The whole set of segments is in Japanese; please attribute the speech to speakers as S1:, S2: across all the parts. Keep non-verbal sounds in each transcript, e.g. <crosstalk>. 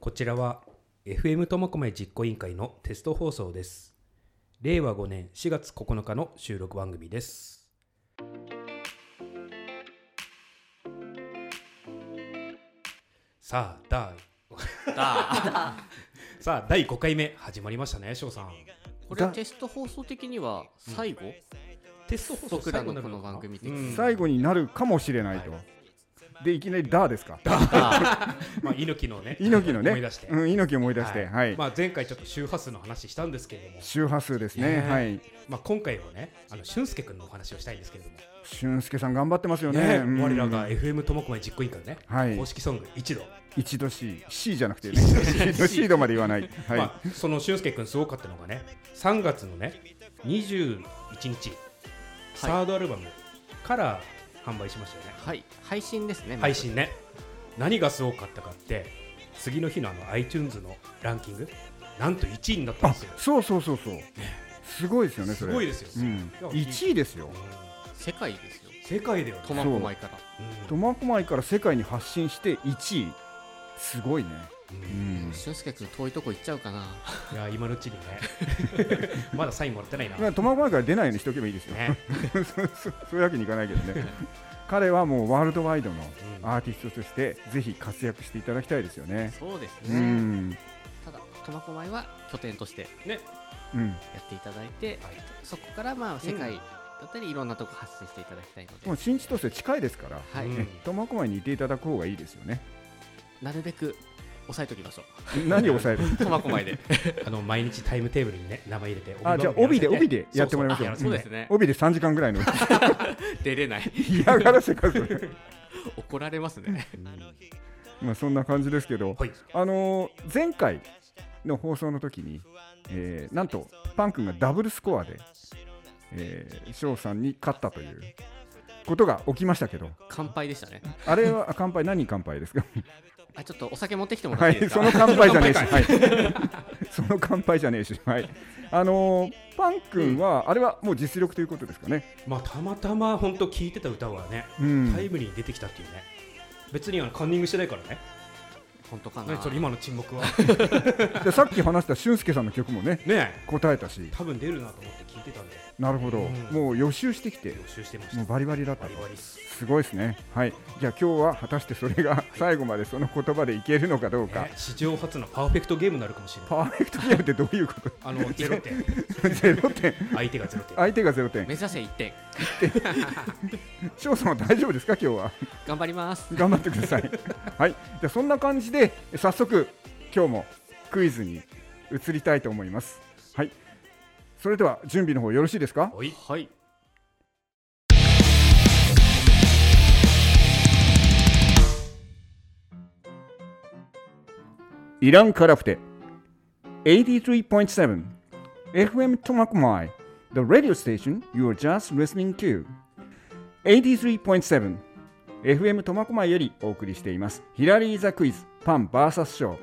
S1: こちらは FM 苫小牧実行委員会のテスト放送です。令和5年4月9日の収録番組です。さあ、だ
S2: だ
S1: さあ第5回目始まりましたね、翔さん。
S2: <laughs> これはテスト放送的には最
S3: <laughs>
S2: 後、
S1: テスト放送
S2: 僕らの
S1: 最後になる
S2: この番組的
S1: う
S2: に
S1: ん
S3: 最後になるかもしれないと。で、いきなりダーですか。
S2: だ
S1: まあ猪木のね、
S3: 猪木のね、
S1: 思い出して。
S3: うん、猪木思い出して、はい。
S1: まあ、前回ちょっと周波数の話したんですけれども、
S3: 周波数です
S1: ね
S3: ね、はい。
S1: まあ、今回はね、あの俊介君のお話をしたいんですけれども、
S3: 俊介さん頑張ってますよね。
S1: ね
S3: うん
S1: 我らが FM 苫小牧実行委員会のね、
S3: はい
S1: 公式ソング一度、
S3: 一度 C、C じゃなくてね、一度 C 度まで言わない。は
S1: まあ、その俊介君すごかったのがね、3月のね、21日、サードアルバムから販売しましたよね。
S2: はい配信ですねまず
S1: 配信ね何がすごかったかって次の日のあの iTunes のランキングなんと1位になったん
S3: い
S1: ですよ。
S3: そうそうそうそう。すごいですよね、そ
S1: す
S3: れ。
S1: ごいですよ、
S3: うん、1位ですよ
S1: うん、
S2: 世界ですよ
S1: 世界ではね
S2: 苫小牧から
S1: うん
S3: 苫小牧から世界に発信して1位すごいね、
S1: う
S3: うんん、
S2: 俊介君遠いとこ行っちゃうかない
S1: や今のうちにね
S3: <laughs>
S1: まだサインもらってないな、
S3: まあ苫小牧から出ないようにしておけばいいですよ、
S1: ね
S3: そういうわけにいかないけどね彼はもうワールドワイドの
S1: うん
S3: アーティストとしてぜひ活躍していただきたいですよね
S2: そうです
S3: う
S2: ね、
S3: ん、
S2: ただ苫小牧は拠点としてや
S1: ね
S3: うん、
S2: っていただいて
S1: はい
S2: そこからまあ世界
S1: うん
S2: だったりいろんなとこ発信していただきたいので、
S3: もう新地として近いですから
S2: はい、
S1: うん
S3: ね苫小牧にいていただく方がいいですよね
S2: なるべく押さえときましょ
S3: <laughs> 何を抑える
S2: う苫小牧で
S1: <laughs> あの毎日タイムテーブルにね名前入れて
S3: あじゃあ帯で
S1: で
S3: 帯でやってもらいましょう
S2: そうそうあそうですね
S3: ん帯で3時間ぐらい <laughs> の
S2: <laughs> 出れない
S3: 嫌がらせかそれ
S2: 怒られますね
S3: まあそんな感じですけど
S1: はい
S3: あのー前回の放送の時に、えーなんとパン君がダブルスコアで、えー、翔さんに勝ったということが起きましたけど、
S2: 乾杯でしたね
S3: あれはあ乾杯、何乾杯ですか、
S2: あちょっとお酒持ってきてもら
S3: は
S2: っていいで
S3: い、
S2: すか、
S3: その乾杯じゃねえし、はい、その乾杯じゃねえし、はい、あのーパン君は、あれはもう実力ということですかね、
S1: まあたまたま本当聞いてた歌はね
S3: うん
S1: タイムリーに出てきたっていうね別にあのカンニングしてないからね
S2: 本当かな
S1: 何それ今の沈黙
S2: <laughs>
S1: は
S3: でさっき話した俊介さんの曲もね、
S1: ねえ
S3: 答えたし、
S1: 多分出るなと思って聞いてたんで
S3: なるほど、
S1: うん
S3: もう予習してきて、
S1: 予習してました
S3: もうバリバリだった
S1: バリ
S3: と。
S1: バリっす
S3: すごいですね。はい。じゃあ今日は果たしてそれが最後までその言葉でいけるのかどうか
S1: ね。史上初のパーフェクトゲームになるかもしれ
S3: <laughs>
S1: ない。
S3: パーフェクトゲームってどういうこと？
S1: あの <laughs> ゼロ点、
S3: ゼロ点。
S1: 相手がゼロ点。
S3: 相手がゼロ点
S2: 目。指せ1点
S3: 翔さんは大丈夫ですか今日は？
S2: 頑張ります
S3: 頑張ってくださ <laughs> い。はい。じゃあそんな感じで早速今日もクイズに移りたいと思います。はい。それでは準備の方よろしいですか？
S1: おい、
S2: はい
S3: イランカラフテ83.7 FM 苫小牧 The radio station you are just listening to 83.7 FM 苫小牧よりお送りしていますヒラリーザクイズパン VS ショー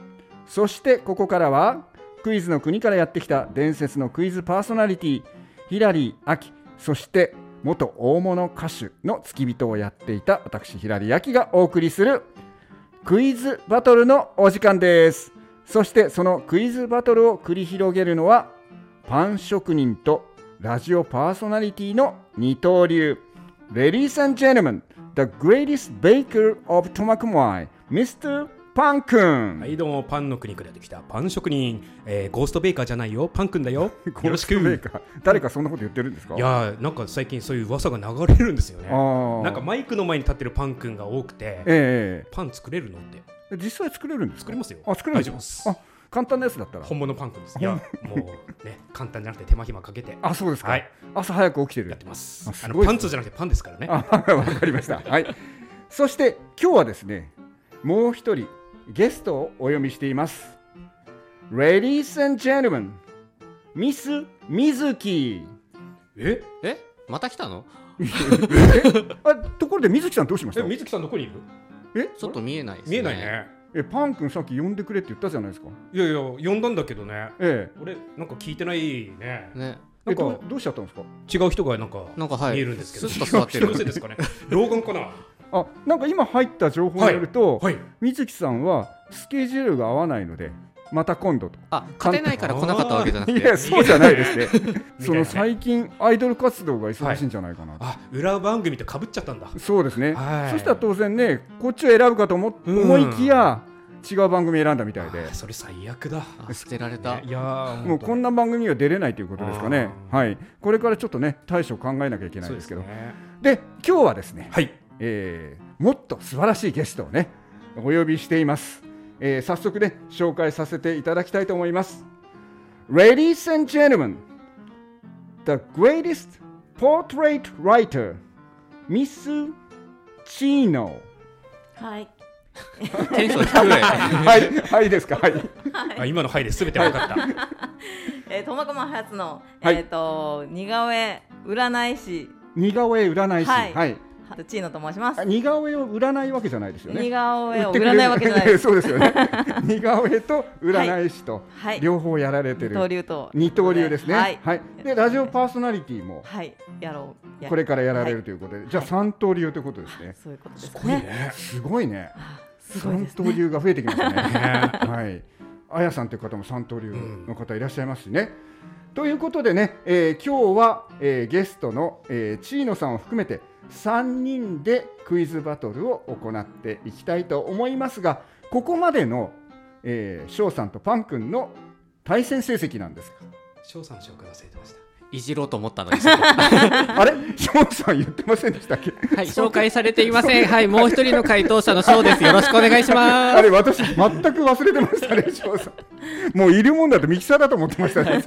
S3: そしてここからはクイズの国からやってきた伝説のクイズパーソナリティヒラリーアキそして元大物歌手の付き人をやっていた私ヒラリーアキがお送りするクイズバトルのお時間ですそしてそのクイズバトルを繰り広げるのはパン職人とラジオパーソナリティの二刀流 Ladies and gentlemen, the greatest baker of 苫小牧 Mr. パンくん、
S1: はい、どうもパンの国からやってきたパン職人、えーゴーストベーカーじゃないよ、パンくんだよ。よろしく。
S3: <laughs> ゴーストメーカー誰かそんなこと言ってるんですか
S1: いやーなんか最近そういう噂が流れるんですよね
S3: あ。ー
S1: なんかマイクの前に立ってるパンくんが多くて、
S3: ええ
S1: パン作れるのって
S3: ええ実際作れるんです
S1: 作
S3: か
S1: れますよ。
S3: あ作れる
S1: 大
S3: ん
S1: 丈夫
S3: で
S1: ですす
S3: か。あ簡単なやつだったら
S1: 本物パンくんです。いや、もうね、 <laughs> 簡単じゃなくて手間暇かけて
S3: あそうですか、
S1: はい
S3: 朝早く起きてる
S1: やってます
S3: あ。す
S1: あ
S3: ごい
S1: のパンツじゃなくてパンですからね。
S3: あわかりました。はい。そして今日はですね、もう一人ゲストをお呼びしています。Ladies and gentlemen、ミス・ミズキ。
S1: え、
S2: えまた来たの
S3: あところで水木さんどうしまし
S1: え、
S3: た
S1: 水木さんどこにいる？
S3: え
S2: ちょっと見えないですね
S1: 見えないね。
S3: えパン君さっき呼んでくれって言ったじゃないですか。
S1: いやいや、呼んだんだけどね。
S3: ええ。
S1: 俺なんか聞いてないね。
S2: ね
S1: な
S3: え
S1: んか
S3: どうどうしちゃったんですか
S1: 違う人がなんか
S2: なんかはい
S1: 見えるんですけど。
S2: スッと座ってる
S1: 気のせいですかね。老眼かな。
S3: あなんか今入った情報によると、
S1: はい
S3: 水木さんはスケジュールが合わないのでまた今
S1: <laughs>
S3: 度と。
S2: あ勝てないから来なかったわけじゃなく
S3: い
S2: て
S3: やそうじゃないですね <laughs> その
S1: みたいなね
S3: 最近アイドル活動が忙しいんじゃないかな、
S1: あ裏番組とかぶっちゃったんだ
S3: そうですね、
S1: はい
S3: そしたら当然ねこっちを選ぶかと思
S1: うん
S3: 思いきや違う番組選んだみたいで
S1: あーそれ最悪だ
S2: あ捨てられた
S1: ねいやー
S3: もうこんな番組には出れないということですかね
S1: あー
S3: はいこれからちょっとね対処を考えなきゃいけな
S1: そ
S3: いん
S1: う
S3: で
S1: ですすけ
S3: けど
S1: ど
S3: で
S1: ね
S3: 今日はですね、
S1: はい
S3: えーもっと素晴らしいゲストをねお呼びしています、えー早速ね紹介させていただきたいと思います Ladies and gentlemen The greatest portrait writer ミス・チー
S4: <laughs>
S3: ノ
S4: はい。
S2: テンション低
S3: はい、はいですか、はい、
S1: あ今の「はい」で全て分かった
S4: えー、苫小牧発の、
S3: はい
S4: えっ、と似顔絵占い師
S3: 似顔絵占い師、は
S4: はいいチーノと申します
S3: あ。似顔絵を売らないわけじゃないですよね。
S4: 似
S3: 売
S4: 顔絵
S3: っ
S4: を
S3: てくれ
S4: 占
S3: る
S4: いわけじゃないです。
S3: <laughs> そうです
S4: <laughs>
S3: よね。似顔絵と占い師と、
S4: はい。
S3: 両方やられてる。
S4: 二刀流と
S3: 二刀流ですね。は
S4: はいい。
S3: で、ラジオパーソナリティも、
S4: はい。やろう。や
S3: これからやられるということで、じゃあ
S4: はい
S3: 三刀流ということですね。
S4: そういうことです
S1: す
S4: ね。
S1: ごいね
S3: すごいね。
S4: あすごい
S3: 三
S4: です
S3: 刀
S4: <laughs> ね。
S3: 流が増えてきましたね。はい。あやさんという方も三刀流の方いらっしゃいますしね。ということでね、えー、今日は、えー、ゲストの、えー、チーノさんを含めて3人でクイズバトルを行っていきたいと思いますがここまでのえー、翔さんとパン君の対戦成績なんですが
S1: 翔さんの紹介忘れてました
S2: いいじろうと思ったのにそこは
S3: <laughs> あれ翔さん言ってませんでしたっけ
S2: い紹介されていませんはいもう一人の回答者の翔ですよろしくお願いしま
S3: あ
S2: す
S3: れ私全く忘れてま
S1: <laughs>
S3: したね翔さんもういるもんだとミキサーだと思ってましたね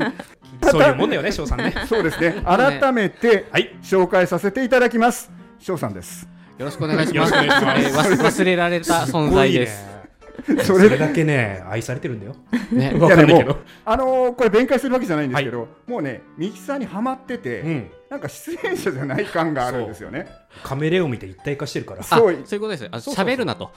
S1: そういうもんだよね翔さんね
S3: そうですね改めて
S1: はい
S3: 紹介させていただきます翔さんです
S2: よろしくお願いし
S1: よろし
S2: ます
S1: くお願いします
S2: えー忘忘れられた存在です
S1: ごいね
S3: そ
S1: そ
S3: れ
S1: れだけね愛されてるんだよ
S2: ね
S1: わかんないけ
S3: いやで
S1: ど
S3: もあのーこれ弁解するわけじゃないんですけど、もうねミキサーにはまってて、
S1: うん
S3: なんか出演者じゃない感があるんですよね
S1: カメレオンみたいに一体化してるから
S2: あ
S3: そ
S2: そうういうことですあ
S3: そうそう
S2: 喋るなと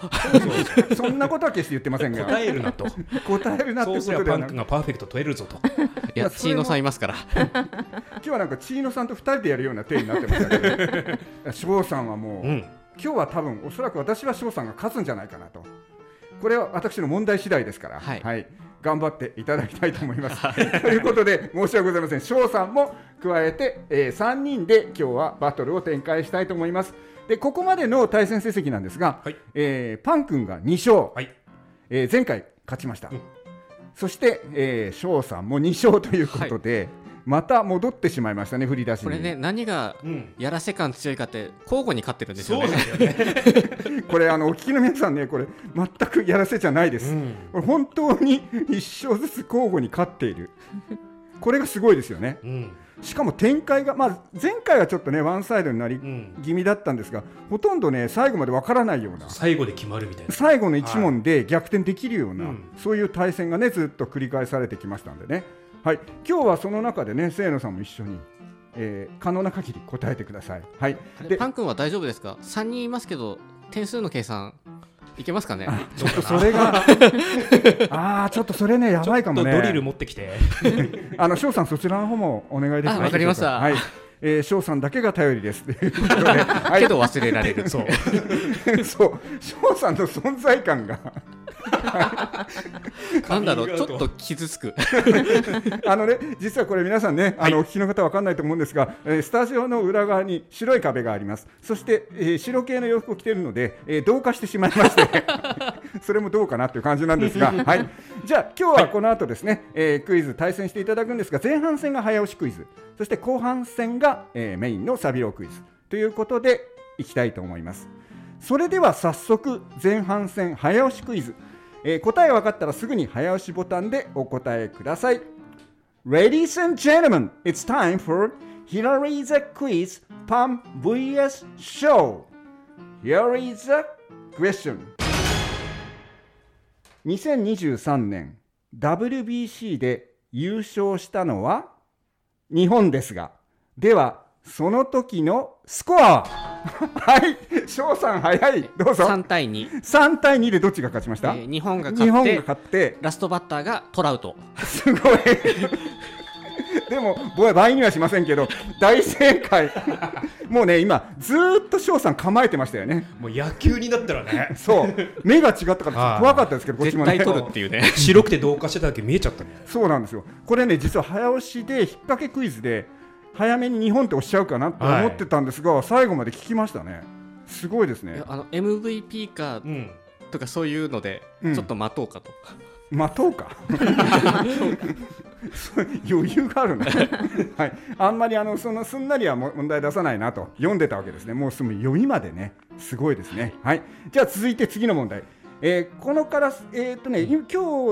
S3: そんなことは決して言ってませんが
S1: 答えるなと
S3: 答えるなっ
S1: <laughs> そう
S3: てこ
S1: すれば
S3: と
S1: パ
S3: では
S1: ン
S3: な
S1: ク
S3: く
S1: がパーフェクト取れるぞと
S2: い
S3: まあ
S2: や
S3: そ
S2: チ
S3: れ
S2: ー
S3: も
S2: ノさんいますから
S3: 今日はなんかチーノさんと2人でやるような手になってましたけ
S1: <laughs>
S3: どいや翔さんはもう、
S1: うん
S3: 今日は多分おそらく私は翔さんが勝つんじゃないかなとこれは私の問題次第ですから、
S2: はい
S3: 頑張っていただきたいと思います。 <laughs> ということで申し訳ございません翔さんも加えて、え3人で今日はバトルを展開したいと思います。でここまでの対戦成績なんですが、
S1: はい
S3: えーパン君が2勝、
S1: はい
S3: えー前回勝ちました、
S1: うん
S3: そして翔、えー翔さんも2勝ということで、また戻ってしまいましたね振り出しに
S2: これね何が
S1: うん
S2: やらせ感強いかって交互に勝ってるんですよ
S1: そう
S2: ね
S1: ですよね
S3: これあのお聞きの皆さんねこれ全くやらせじゃないです、これ本当に一勝ずつ交互に勝っている。これがすごいですよね。
S1: うん
S3: しかも展開が、まあ、前回はちょっとね、ワンサイドになり
S1: うん
S3: 気味だったんですが、ほとんどね、最後までわからないような、
S1: 最後で決まるみたいな
S3: 最後の一問で逆転できるような、
S1: うん
S3: そういう対戦がね、ずっと繰り返されてきましたんでね、はい、今日はその中でね、清野さんも一緒に、えー可能な限り答えてください。はい、
S2: あれ
S3: で
S2: パン君は大丈夫ですか3人いますけど点数の計算いけますかね
S3: ちょっとそ
S1: <laughs>
S3: れが、ああ、ちょっとそれね、や
S1: ちょ
S3: ば
S1: っ
S3: いか
S1: と
S3: もね。
S1: ドリル持ってきて
S3: あの翔さん、そちらの方もお願いできますでしょう
S2: あわかりました
S3: はい、えー翔さんだけが頼りです。ということ
S2: <laughs>
S3: で、は
S2: けど忘れられる
S1: そう
S3: い、そう、翔さんの存在感が、
S2: <laughs> なんだろうちょっと傷つく
S3: <laughs> あのね、実はこれ皆さんね、あの、お聞きの方わかんないと思うんですが、えースタジオの裏側に白い壁があります。そして、えー白系の洋服を着ているので、えー同化してしまいまして、 <laughs> それもどうかなという感じなんです <laughs> が、はい。じゃあ今日はこの後ですね、えークイズ対戦していただくんですが、前半戦が早押しクイズ、そして後半戦が、えーメインのサビロクイズということでいきたいと思います。それでは早速前半戦早押しクイズ、えー答え分かったらすぐに早押しボタンでお答えください Ladies and gentlemen, it's time for Here is a quiz Pam vs Show Here is a question 2023年 WBC で優勝したのは日本ですがではその時のスコアは <laughs> はい翔さん早いどうぞ
S2: 3対2、
S3: 3対2でどっちが勝ちまし
S2: え
S3: た、
S2: ー日本が
S3: 日
S2: 勝っ
S3: 本が
S2: て
S3: 勝って
S2: <laughs> ラストバッターがトラウト
S3: すごいでもぼや倍にはしませんけど大正解もうね今ずーっと翔さん構えてましたよね
S1: もう野球になったらね
S3: そう目が違ったからちょっと怖かったですけどこっち
S2: 絶
S3: もね
S2: 対取るっていうね。
S1: 白くて同化してただけ見えちゃったね
S3: そうなんですよこれね実は早押しで引っ掛けクイズで早めに日本っておっしちゃうかなって思ってたんですが、最後まで聞きましたねすごいです
S2: い
S3: ね
S2: やあの MVP か
S1: うん
S2: とかそういうので、
S3: うん
S2: ちょっと待とうかと。
S3: 待とうかそう <laughs> 余裕があるね、はい、あんまりあのそのすんなりはも問題出さないなと読んでたわけですねもうその読みまでねすごいですねはいじゃあ続いて次の問題えーこのから、えーっとね、今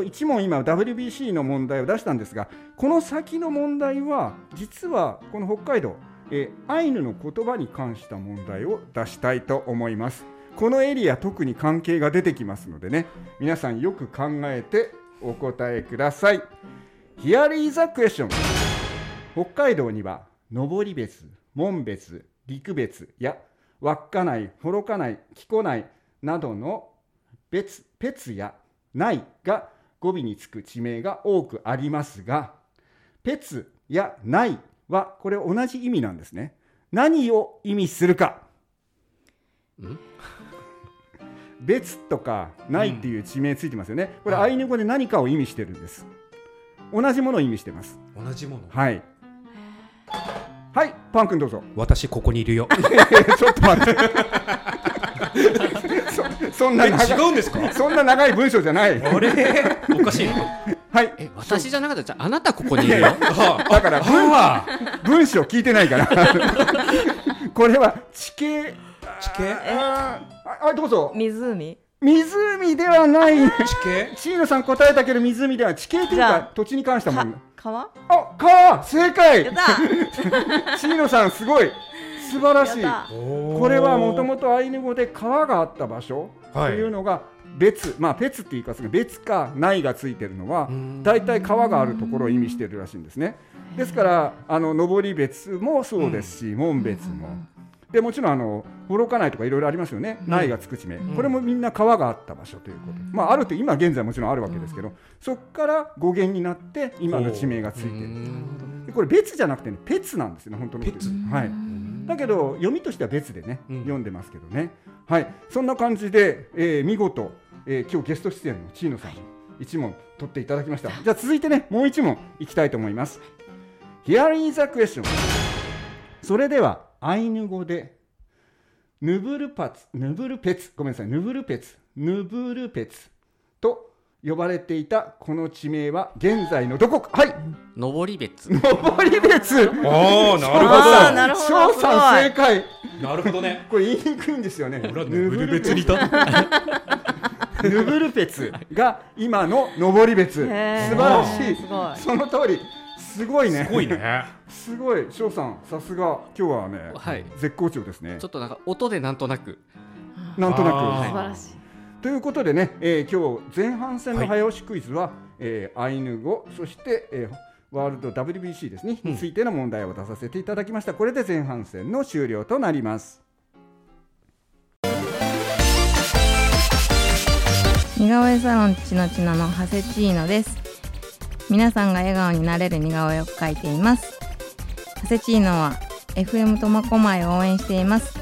S3: 日一問今 WBC の問題を出したんですがこの先の問題は実はこの北海道、えーアイヌの言葉に関した問題を出したいと思いますこのエリア特に関係が出てきますのでね皆さんよく考えてお答えください Here is a question 北海道には登別門別陸別や稚内幌加内木古内などの別別やないが語尾につく地名が多くありますがペツやないはこれ同じ意味なんですね何を意味するか
S2: ん
S3: 別とかないっていう地名ついてますよね、これアイヌ語で何かを意味してるんです同じものを意味してます
S1: 同じもの
S3: はいはいパン君どう
S4: <laughs>
S3: ぞ
S1: 私ここにいるよ
S3: ちょっと待ってそそん
S1: え
S3: な長い
S1: 違うんですか
S3: そんな長い文章じゃない
S1: あれおかしいの
S3: はい
S2: <laughs> え、私じゃなかったじゃああなたここにいるよ。
S1: あ
S3: だから
S1: あ
S3: 文章聞いてないから <laughs> これは地形
S1: 地形
S3: あーああどうぞ
S4: 湖
S3: 湖ではない
S1: 地形
S3: 椎野さん答えたけど湖では地形という
S4: じゃあ
S3: か土地に関したもん
S4: 川
S3: あ川正
S4: や
S3: 解
S4: った
S3: 椎野さんすごい素晴らしい
S4: やった
S1: こ
S3: これはもと
S1: と
S3: もとアイヌ語で川があった場所と
S1: はい
S3: いうのが別、まあ別って言いますが別かないがついてるのは
S1: うん
S3: 大体川があるところを意味してるらしいんですねですからあの上り別もそうですし、門別も、でもちろんあの幌加内とかいろいろありますよね、ないがつく地名、これもみんな川があった場所ということ、まああると今現在もちろんあるわけですけど、そこから語源になって今の地名がついてるでこれ別じゃなくてねペツなんですよね本当のこと言うとはいだけど読みとしては別でね、
S1: うん
S3: 読んでますけどねはいそんな感じで、えー見事、えー今日ゲスト出演のチーノさんに一問取っていただきました、じゃあ続いてねもう一問いきたいと思います Here is a question それではアイヌ語でヌブルパツヌブルペツごめんなさいヌブルペツヌブルペツと呼ばれていたこの地名は現在のどこかはい
S2: 上り別。
S3: 登別
S1: あ
S4: あー
S1: あ
S4: なるほど
S3: 翔さん正解
S1: なるほどなるほど <laughs> ね
S3: これ言いにくいんですよね
S1: 俺は
S3: ヌブルペ
S1: にいた
S3: ヌブルペツが今の登別素
S4: へ
S3: 晴
S4: ー
S3: らしい
S4: すごい
S3: その通りすごいね
S1: すごいね
S3: すごい翔さんさすが今日はね、
S2: はい
S3: 絶好調ですね
S2: ちょっとなんか音でなんとなく。
S3: なんとなく
S1: あー
S4: 素晴らしい
S3: ということでね、えー、今日前半戦の早押しクイズは、えーアイヌ語そして、えーワールド WBC ですね、についての問題を出させていただきましたこれで前半戦の終了となります
S4: 似顔絵サロンちのちののハセチーノです皆さんが笑顔になれる似顔絵を描いていますハセチーノは FM 苫小牧を応援しています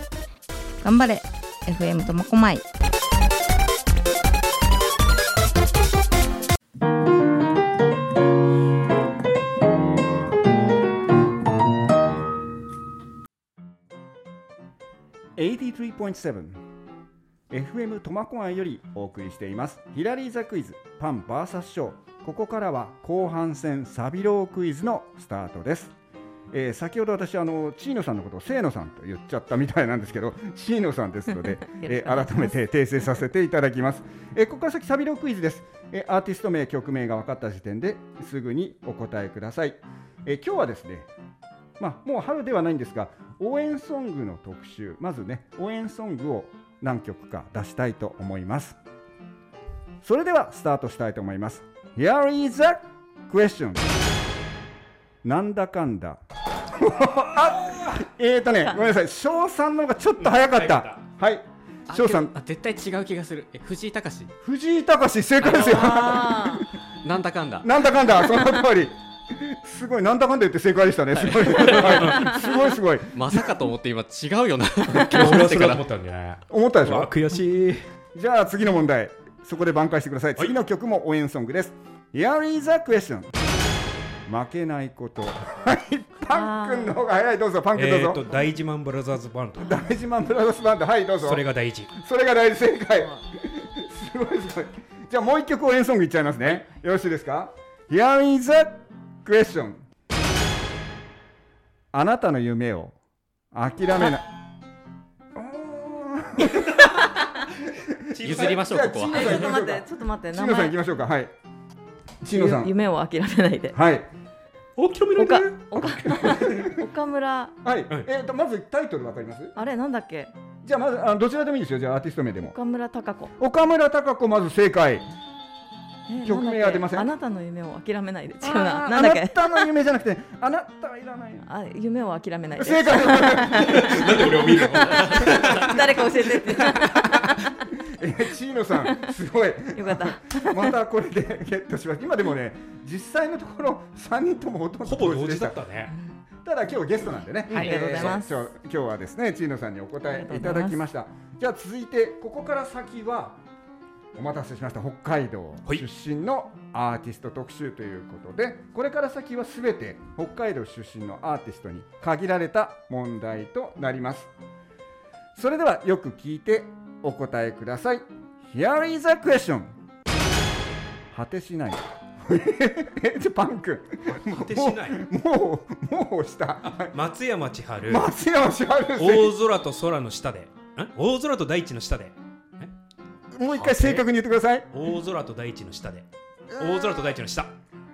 S4: 頑張れ FM 苫小牧
S3: 83.7 FM 苫小牧よりお送りしていますヒラリーザクイズパン VS ショーここからは後半戦サビロークイズのスタートです、えー先ほど私あのチーノさんのことをセイノさんと言っちゃったみたいなんですけどチーノさんですので、えー改めて訂正させていただきます、えーここから先サビロークイズです、えーアーティスト名曲名が分かった時点ですぐにお答えください、えー今日はですねまあ、もう春ではないんですが応援ソングの特集まずね応援ソングを何曲か出したいと思いますそれではスタートしたいと思います Here is a question なんだかんだ <laughs> あえーとねごめんなさい翔さんの方がちょっと早かったはい
S2: あ
S3: 翔さ
S2: け
S3: ん
S2: どあ絶対違う気がする。え、藤井隆。
S3: 藤井隆正解ですよ
S4: あ
S2: なんだかんだ。
S3: <laughs> なんだかんだその通りすごいなんだかんだ言って正解でしたねすごい、 <laughs> はいすごいすごい
S2: まさかと思って今違
S3: <laughs>
S2: うよな
S1: 今日俺はそれだと思ったんじゃない
S3: 思ったでし
S1: う
S3: ょ
S1: わ悔しい
S3: じゃあ次の問題そこで挽回してください、次の曲も応援ソングです Here is a question 負けないことはいパン君の方が早いどうぞパン君
S1: え
S3: ど
S1: ー
S3: う
S1: と
S3: ぞ、
S1: 大自慢ブラザーズバンド
S3: 大自慢ブラザースバンドはいどうぞ
S1: それが大事
S3: それが大正解すごいすごいじゃあもう一曲応援ソングいっちゃいますねよろしいですか Here is a question あなたの夢を諦めない
S2: 譲りましょうここは
S3: じゃあ
S4: ちょっと待って、ちょっと待って、
S3: しの
S4: 名
S3: さん
S4: 前
S3: 行きましょうかはいしのさん
S4: 夢を諦めないで。
S3: はい
S1: 諦めろ
S4: 岡
S1: ね
S4: 岡岡村、
S3: はい、
S1: はい
S3: えっ、とまずタイトルわかります
S4: あれなんだっけ？
S3: じゃあまずあどちらでもいいですよじゃあアーティスト名でも
S4: 岡村孝子。
S3: 岡村孝子まず正解
S4: えー
S3: 曲名
S4: なんだっけ
S3: は出ません
S4: あなたの夢を諦めないで。違うな。
S3: あー
S4: なんだっけ？
S3: あなたの夢じゃなくてあなたはいらないよ
S4: あ、夢を諦めないで。
S3: 正解 <laughs>
S2: なんで俺を見るの
S4: 誰か教えてって。よ
S3: えチーノさんすごい
S4: かった。
S3: またこれでゲットしました今でもね実際のところ3人ともほとんど
S1: ほぼ同
S3: でし
S1: 時
S3: た
S1: だったね
S3: ただ今日ゲストなんでね、
S4: はいありがとうございます
S3: そう今日はですねチーノさんにお答えいただきましたじゃあ続いてここから先はお待たせしました北海道
S1: はい
S3: 出身のアーティスト特集ということで、これから先はすべて北海道出身のアーティストに限られた問題となりますそれではよく聞いてお答えください Here is a question 果てしない <laughs> えじゃあパン君
S1: 果てしない
S3: もうもう押した
S1: 松山千春
S3: 松山千春
S1: 大空と空の下でん大空と大地の下で
S3: もう一回正確に言ってください
S1: 大空と大地の下で大空と大地の下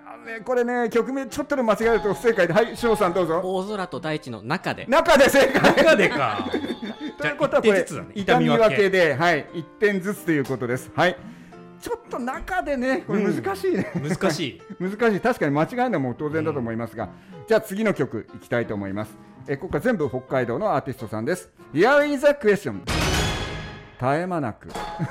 S3: あのねこれね曲名ちょっとでも間違えると不正解ではい翔さんどうぞ
S2: 大空と大地の中で
S3: 中で正解
S1: 中でか
S3: ということはこれ
S1: 一点ずつだね
S3: 痛
S1: 痛み
S3: み
S1: 分け
S3: 分けではい一点ずつということですはいちょっと中でねこれ難しいね、
S1: <laughs> 難しい
S3: 難しい確かに間違えるのも当然だと思いますが、じゃあ次の曲いきたいと思いますえここは全部北海道のアーティストさんです Here is a question 絶え間なく <laughs>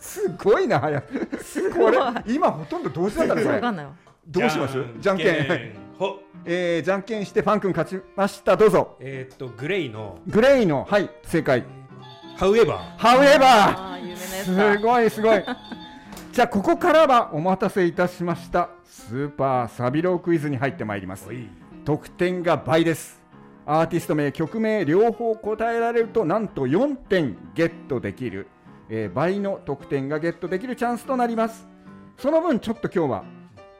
S3: すごいな早くす
S4: ごい
S3: これ今ほとんど同時だったねこ
S4: わ
S3: れ
S4: かんないわ。
S3: どうしますじゃんけん
S1: ほ
S3: えーじゃんけんしてパン君勝ちましたどうぞ
S1: えーっとグレイの
S3: グレイのはい正解
S1: 「However
S3: ハウエバー
S4: あー、夢のや
S3: す
S4: つだ。
S3: ごいすごいじゃあここからはお待たせいたしましたスーパーサビロークイズに入ってまいります」得点が倍ですアーティスト名曲名両方答えられるとなんと4点ゲットできる、えー倍の得点がゲットできるチャンスとなりますその分ちょっと今日は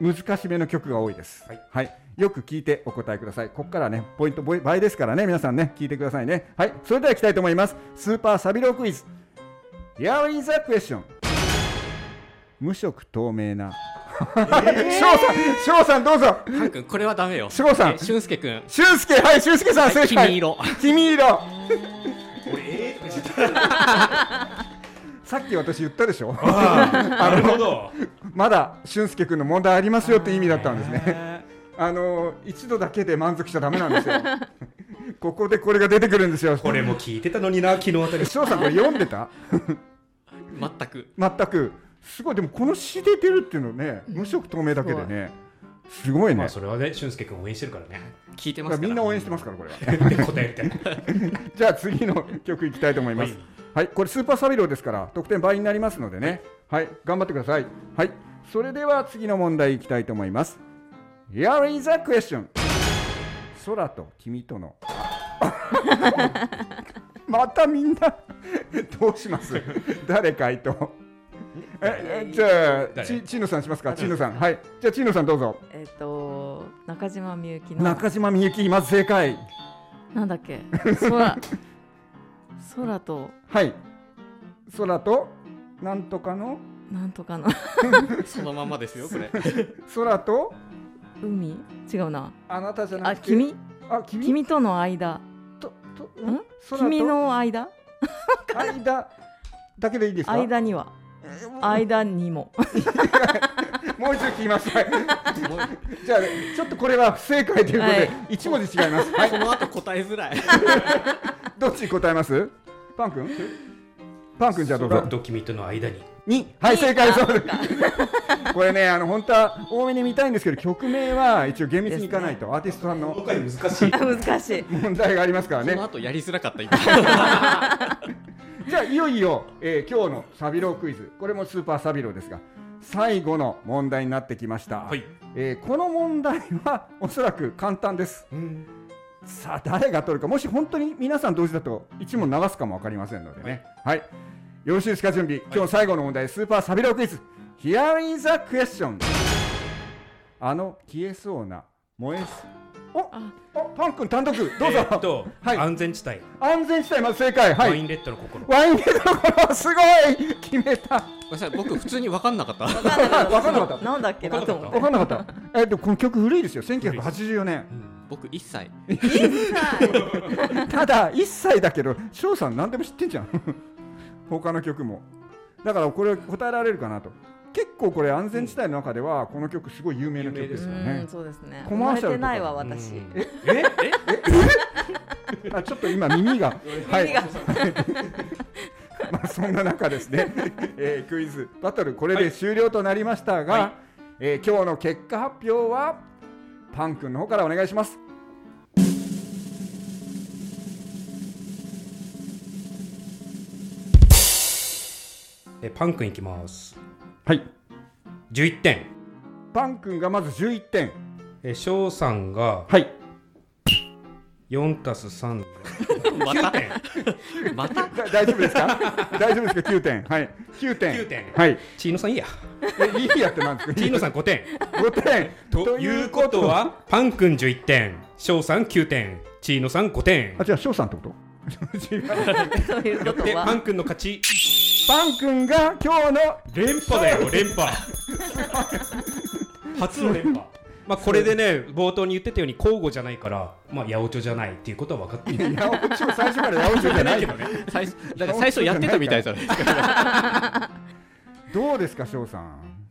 S3: 難しめの曲が多いです
S1: はい、
S3: よく聞いてお答えくださいここからねポイント倍倍ですからね皆さんね聞いてくださいねはいそれではいきたいと思いますスーパーサビロークイズ Here is a question 無色透明な <laughs> 翔さん翔さんどうぞ
S2: カン君これはダメよ
S3: すごさん
S2: え俊介君
S3: 俊介はい俊介さん正解
S2: 君色
S3: 君色
S1: 俺ええ
S3: さっき私言ったでしょ
S1: なるほど
S3: まだ俊介君の問題ありますよって意味だったんですねあの一度だけで満足しちゃダメなんですよ <laughs> ここでこれが出てくるんですよ
S1: これも聞いてたのにな昨日あたり
S3: 翔さんこれ読んでた
S2: 全く
S3: 全くすごいでもこの詩で出るっていうのね無色透明だけでねすごい
S1: ま
S3: ね
S1: あそれはね俊介君応援してるからね
S2: 聞いて
S3: だ
S2: ま
S3: から
S2: すか
S3: みん
S2: ら
S3: な応援してますからこれは <laughs>
S1: 答えみたいな
S3: じゃあ次の曲いきたいと思います、
S1: はい
S3: はい、これスーパーサビローですから得点倍になりますのでね、はい、頑張ってください。はい、それでは次の問題いきたいと思います。Here is a question. 空と君
S1: <laughs>
S3: との。またみんなどうします？誰回答？ええじゃあ
S1: 誰
S3: ちチーノさんしますか？チーノさん、はい。じゃあチーノさんどうぞ。
S4: えっと中島みゆきの
S3: 中島みゆきまず正解。
S4: なんだっけ？空空と
S3: はい。空となんとかの
S4: なんとかの
S2: そのまんまですよこ
S3: <laughs>
S2: れ
S3: 空と
S4: 海違うな。
S3: あなたじゃな
S4: あ、
S3: くて
S4: 君
S3: あ君
S4: 君との間。
S3: ととん
S4: ん
S3: 空と
S4: 君の間
S3: 間だけでいいですか
S4: 間には間にも
S3: もう一度聞き
S4: <laughs>
S3: ます <laughs> はい
S2: もう
S3: じゃあちょっとこれは不正解ということ
S4: は
S3: で
S4: い
S3: 一文字違いますはい
S2: この後答えづらい
S3: どっちに答えますパン君パン君じゃあどう
S1: 空
S3: ぞ
S1: と君との間に
S3: にはい正解そうです <laughs> これね、あの本当は多めに見たいんですけど、曲名は一応厳密にいかないと、アーティストさんの
S1: 今回難しい
S4: あ難しい
S3: 問題がありますから
S2: そ
S3: ね
S2: の。後やりづらかった今
S3: じゃあいよいよ、えー今日のサビロクイズこれもスーパーサビロですが最後の問題になってきました、
S1: はい、
S3: えーこの問題はおそらく簡単です
S1: うん、
S3: さあ誰が取るかもし本当に皆さん同時だと一問流すかも分かりませんのでねはい、よろしいですか準備今日最後の問題、スーパーサビロクイズ Here is a question あの消えそうな燃えすおおパン君単独どうぞ、
S1: えーっと、
S3: はい
S1: 安全地帯、
S3: 安全地帯まず正解はい
S1: ワインレッドの心
S3: ワインレッドの頃すごい決めた。
S2: ごめんなさい僕普通に分かんなかった
S4: 分かんな
S3: わかんなか
S4: か
S3: っ
S4: ったたなんだっけなと思っ
S3: わかんなかった。えっとこの曲古いですよ。1984年。
S1: うん
S2: 僕一切
S4: て
S3: ただ1歳だけど翔さん何でも知ってんじゃ <laughs> ん。他の曲も。だからこれ答えられるかなと。結構これ安全地帯の中ではこの曲すごい有名な曲です
S4: う
S3: よ
S4: ー
S3: ね
S4: ん。そうですね
S3: コ
S4: 生
S3: マー
S4: ま
S3: シ
S4: れ
S3: ャルとか
S4: てないわ私
S1: うんええ
S3: <laughs> あちょっと今耳がはい
S4: 耳が
S3: まあそんな中です <laughs> ね、えークイズバトルこれで終了となりましたが、
S1: はい
S3: えー今日の結果発表はパン君の方からお願いします
S1: えパン君いきます
S3: はい
S1: 11点
S3: パン君がまず11点
S1: え翔さんが
S3: はい
S1: 4たす3
S2: ま
S1: 9
S2: た
S1: 点
S2: <laughs> また
S3: だ大丈夫ですか <laughs> 大丈夫ですか9点はい9点
S1: 9点
S3: はい
S1: チーノさんいいや
S3: えいいやってなん <laughs> ですか
S1: チーノさん5点
S3: 5点
S1: ということはパン君11点翔さん9点チーノさん5点
S3: あじゃあ翔さんってこと <laughs> 違う
S4: <laughs> ということ
S1: でパ
S4: は
S1: ン君の勝ち
S3: パン君が今日の
S1: 連覇だよ連
S3: <laughs>
S1: 覇初の連覇まあこれでね冒頭に言ってたように交互じゃないからまあ八百長じゃないっていうことは分かっている
S3: 八百長最初から八百 <laughs> 長じゃないけどね
S2: 最初だから最初やってたみたいじゃないですか
S3: どうですか翔さん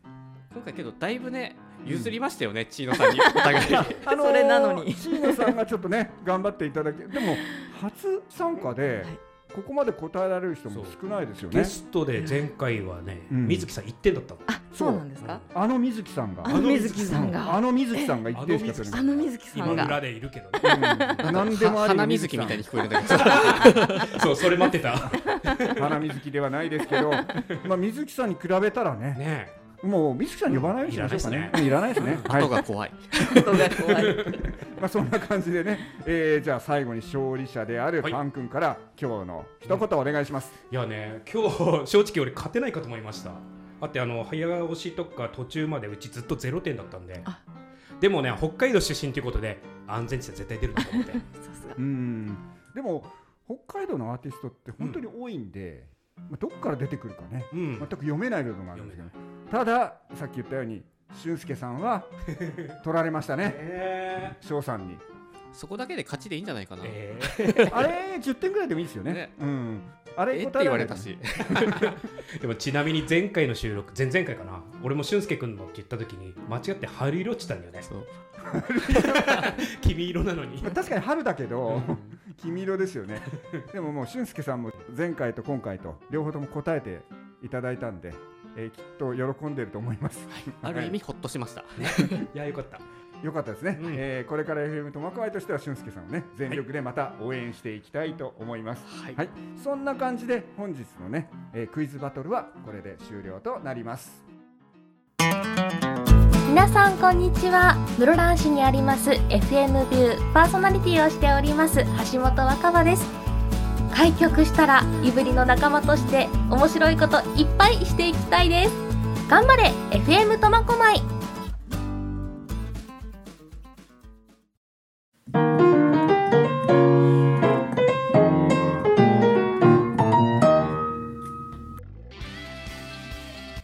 S2: 今回けどだいぶね譲りましたよね、チーノさんにお互い
S3: あ
S4: それなのに
S3: 椎名さんがちょっとね頑張っていただけでも初参加で
S4: はい
S3: ここまで答えられる人も少ないですよ
S1: ゲ
S3: ね
S1: ストで前回はね、
S3: うん
S1: 水木さん1点だったの
S4: あそうなんですか
S3: あの水木さんが
S4: あの水木さん
S3: あ
S4: が
S3: の水木さんが一定しか取れな
S4: あ
S3: い
S4: の水木さ
S1: 今
S4: んが
S1: 裏でいるけどね
S3: うん <laughs> 何でもあり
S2: 花水木みたいに聞こえるんだけど
S1: そう、それ待ってた。
S3: 花水木ではないですけどまあ水木さんに比べたら <laughs> ね
S1: ね
S3: もう水木さんに呼ばないようにしましょうかねいらないですねはい
S2: 後が怖い
S4: ことが怖い
S3: <laughs> まあそんな感じでねえーじゃあ最後に勝利者である
S1: はい
S3: パン君から今日の一言お願いします
S1: いやね、今日、正直俺勝てないかと思いました。だってあの早押しとか途中までうちずっと0点だったんで
S4: あ
S1: でもね北海道出身ということで安全地帯絶対出るなと思って
S4: さすが
S3: うんでも北海道のアーティストって本当に多いんで、まあ、どこから出てくるかね
S1: うん
S3: 全く読めない部分があるんですけど、ね、たださっき言ったように俊介さんは取られましたね
S1: え
S3: 翔さんに
S2: そこだけで勝ちでいいんじゃないかな、え
S1: え
S3: あれ10点ぐらいでもいいですよね
S2: ね
S3: うん、あれ
S2: ーって
S3: 答
S2: 言
S3: えら
S2: わ
S3: れ
S2: れたし
S1: ーでもちなみに前回の収録前々回かな俺も俊介君のって言った時に間違って春色落ちたんだよね
S2: そう
S1: 君色なのに
S3: <laughs> まあ確かに春だけど
S1: うん
S3: <laughs> 黄色ですよねでももう俊介さんも前回と今回と両方とも答えていただいたんで、えーきっと喜んでると思います
S2: <laughs> ある意味ほっとしました
S1: いやよかった
S3: よかったですね、
S1: うん
S3: えーこれから FM 苫小牧としては俊介さんをね全力でまた応援していきたいと思います、
S2: はい、
S3: はい、そんな感じで本日のね、えークイズバトルはこれで終了となります
S5: 皆さんこんにちは室蘭市にあります FM ビューパーソナリティをしております橋本若葉です開局したらいぶりの仲間として面白いこといっぱいしていきたいです頑張れ FM 苫小牧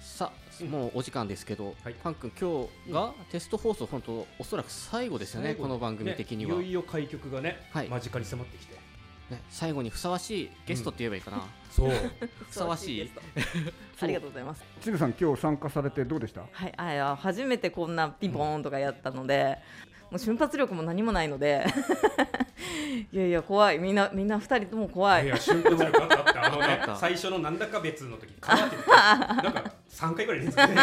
S2: さあもうお時間ですけど、
S1: はい
S2: パン君今日がテスト放送本当おそらく最後ですよね
S1: 最後
S2: この番組的
S1: ね
S2: には、
S1: いよいよ開局がね、
S2: はい
S1: 間近に迫ってきて
S2: ね最後にふさわしいゲストって言えばいいかな、
S1: そう
S2: <laughs> ふさわしい <laughs>
S4: ありがとうございます
S3: ちぬさん今日参加されてどうでした
S4: はい、あいや初めてこんなピンポーンとかやったので、もう瞬発力も何もないので <laughs> いやいや怖いみんなみんな二人とも怖
S1: い
S4: い
S1: や瞬発力あったあったあの
S2: あ
S1: ね
S2: った
S1: 最初のなんだか別の時に変わっててなんか3回ぐらいです <laughs> かね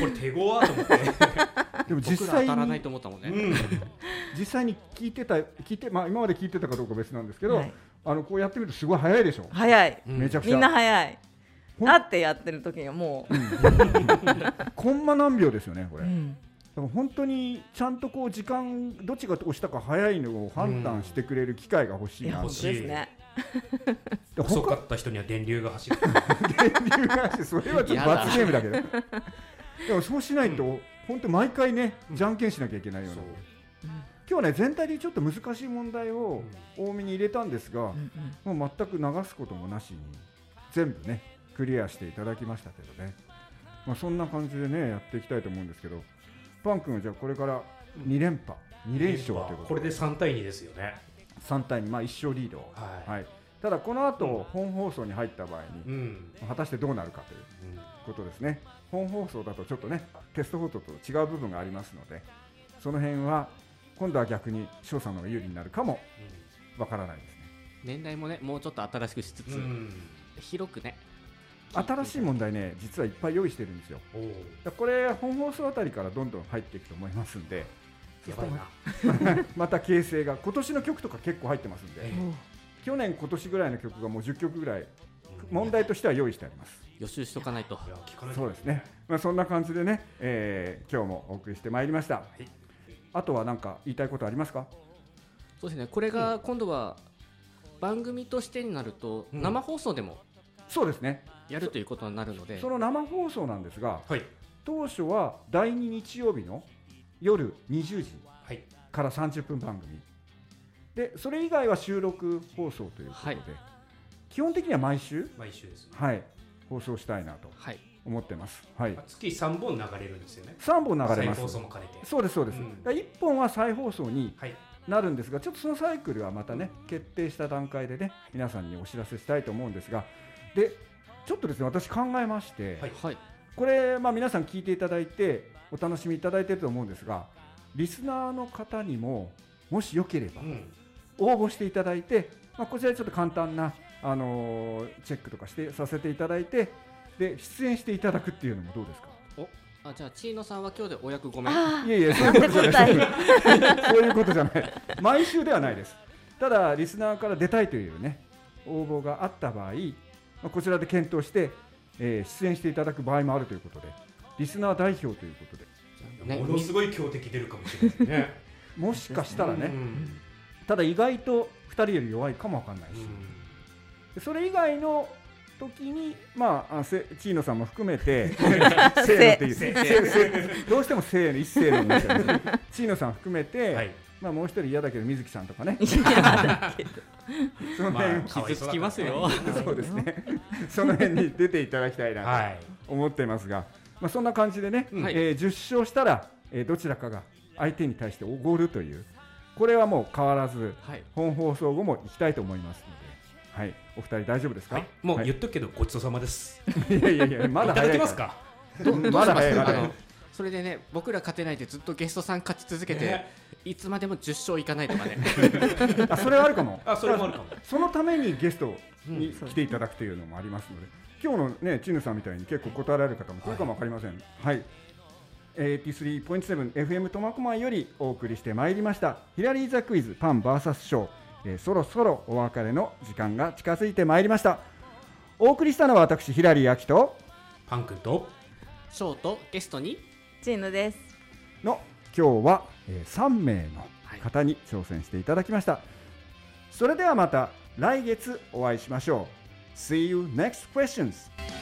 S1: これ手強わと思って、
S3: でも
S2: <laughs> 僕
S3: 実
S2: ら
S3: 際
S2: 当たらない
S3: に
S2: と思ったもん
S1: う
S2: ね、
S1: ん、
S3: 実際に聞いてた聞いてまあ今まで聞いてたかどうか別なんですけど、
S6: はい
S3: あのこうやってみるとすごい早いでしょ。
S6: 早い
S3: めちゃくち
S6: み
S3: ゃ。
S6: んな早い
S3: ほん
S6: だってやってる時にはもう、
S3: コンマ何秒ですよねこれ。
S6: う
S3: だ
S6: ん
S3: から本当にちゃんとこう時間どっちが押したか早いのを判断してくれる機会が欲し
S6: い
S3: い
S6: や
S3: な。
S6: 本
S1: 欲
S6: 当
S1: し
S6: ですね
S3: で
S1: 遅
S3: 他
S1: かった人には電流が走る
S3: 理由があってそれはちょっと罰ゲームだけど。でもそうしないと本当毎回ねじゃんけんしなきゃいけないよう
S1: そ
S3: な
S1: う。
S3: 今日はね全体でちょっと難しい問題を多めに入れたんですが。
S6: うんうん
S3: もう全く流すこともなしに全部ねクリアしていただきましたけどね、まあ、そんな感じでねやっていきたいと思うんですけどパン君はじゃあこれから2連覇2連勝ということ
S1: これで3対2ですよね
S3: 3対2、まあ、1勝リード、
S1: はい、
S3: はい、ただこの後本放送に入った場合
S1: う
S3: に
S1: ん、
S3: 果たしてどうなるかという
S1: うん
S3: ことですね本放送だとちょっとねテスト放送と違う部分がありますのでその辺は今度は逆に翔さんの方が有利になるかもわからないですね
S2: 年代もねもうちょっと新しくしつつ、
S1: うん
S2: 広くね
S3: 新しい問題ね実はいっぱい用意してるんですよ
S1: おー
S3: だからこれ本放送あたりからどんどん入っていくと思いますんで
S1: やばいな、
S3: また形成が今年の曲とか結構入ってますんで
S1: え
S3: 去年今年ぐらいの曲がもう10曲ぐらい
S1: え
S3: 問題としては用意してあります
S2: 予習しとかないと
S1: いや聞かないと
S3: そうですね、まあ、そんな感じでね、えー今日もお送りしてまいりました、
S1: い
S3: あとは何か言いたいことありますか
S2: そうですねこれが今度は番組としてになると、
S1: うん
S2: 生放送でも
S3: そうですね
S2: やるということになるので
S3: その生放送なんですが
S1: はい
S3: 当初は第2日曜日の夜20時
S1: はい
S3: から30分番組でそれ以外は収録放送ということで、
S2: はい
S3: 基本的には毎週、
S1: 毎週ですね
S3: はい、放送したいなと
S2: はい
S3: 思ってます、はい、
S1: 月3本流れるんですよね
S3: 3本流れま
S1: 再放送
S3: す
S1: も兼ねて
S3: そうですそうです、
S1: うん
S3: 1本は再放送に
S1: はい
S3: なるんですがちょっとそのサイクルはまたね決定した段階でね皆さんにお知らせしたいと思うんですがでちょっとですね私考えまして、
S1: はい
S2: はい
S3: これ、まあ、皆さん聞いていただいてお楽しみいただいてると思うんですがリスナーの方にももしよければ、
S1: うん
S3: 応募していただいて、まあ、こちらでちょっと簡単な、あのーチェックとかしてさせていただいてで出演していただくっていうのもどうですか
S2: あじゃあチーノさんは今日でお役ごめん
S6: あ
S3: いやいやそういうことじゃない <laughs> そういうことじゃない毎週ではないですただリスナーから出たいというね応募があった場合、まあ、こちらで検討して、えー出演していただく場合もあるということでリスナー代表ということで
S2: ね
S1: ものすごい強敵出るかもしれないです <laughs> ね
S3: もしかしたら
S1: う
S3: ね
S1: ん
S3: ただ意外と2人より弱いかもわかんないし、でそれ以外の時に、まあ、あせチーノさんも含めてせーのっていう
S1: せ
S3: せどうしてもせーの一斉のになっちゃうんですねチーノさん含めて、
S1: はい
S3: まあ、もう一人嫌だけど水木さんとかね
S6: ーい
S4: <laughs>
S6: やだけど
S3: その
S2: <laughs>
S3: 辺、
S1: かわいそう
S2: 傷つ
S1: だから
S2: きますよ
S3: そうですね <laughs> その辺に出ていただきたいな
S1: はい
S3: と思ってますが、まあ、そんな感じでね、
S2: はい
S3: えー10勝したら、えーどちらかが相手に対しておごるというこれはもう変わらず
S2: はい
S3: 本放送後も行きたいと思いますので、はい、お二人大丈夫ですか、
S1: はいもう
S3: はい
S1: 言っとくけどごちそうさまです
S3: <laughs> いやいやいや、まだ
S1: いただ
S3: 早
S1: け
S3: い
S1: ます
S3: か。
S1: から
S3: <laughs> まだ早い
S2: あ
S3: まだ早い
S2: のそれでね僕ら勝てないでずっとゲストさん勝ち続けていつまでも10勝いかないとか
S3: <laughs>
S2: ね
S3: あ、それはあるかも。
S1: あそれもあるかも
S3: そのためにゲストに
S2: うん
S3: 来ていただくというのもありますので、今日のね、チヌさんみたいに結構答えられる方も来るかもわかりません。はい。83.7 FM 苫小牧よりお送りしてまいりましたヒラリーザクイズパン VS ショー、えーそろそろお別れの時間が近づいてまいりましたお送りしたのは私ヒラリー秋と
S1: パン君と
S2: ショートゲストに
S6: チーノです
S3: の今日は、えー3名の方に挑戦していただきました、それではまた来月お会いしましょう See you next questions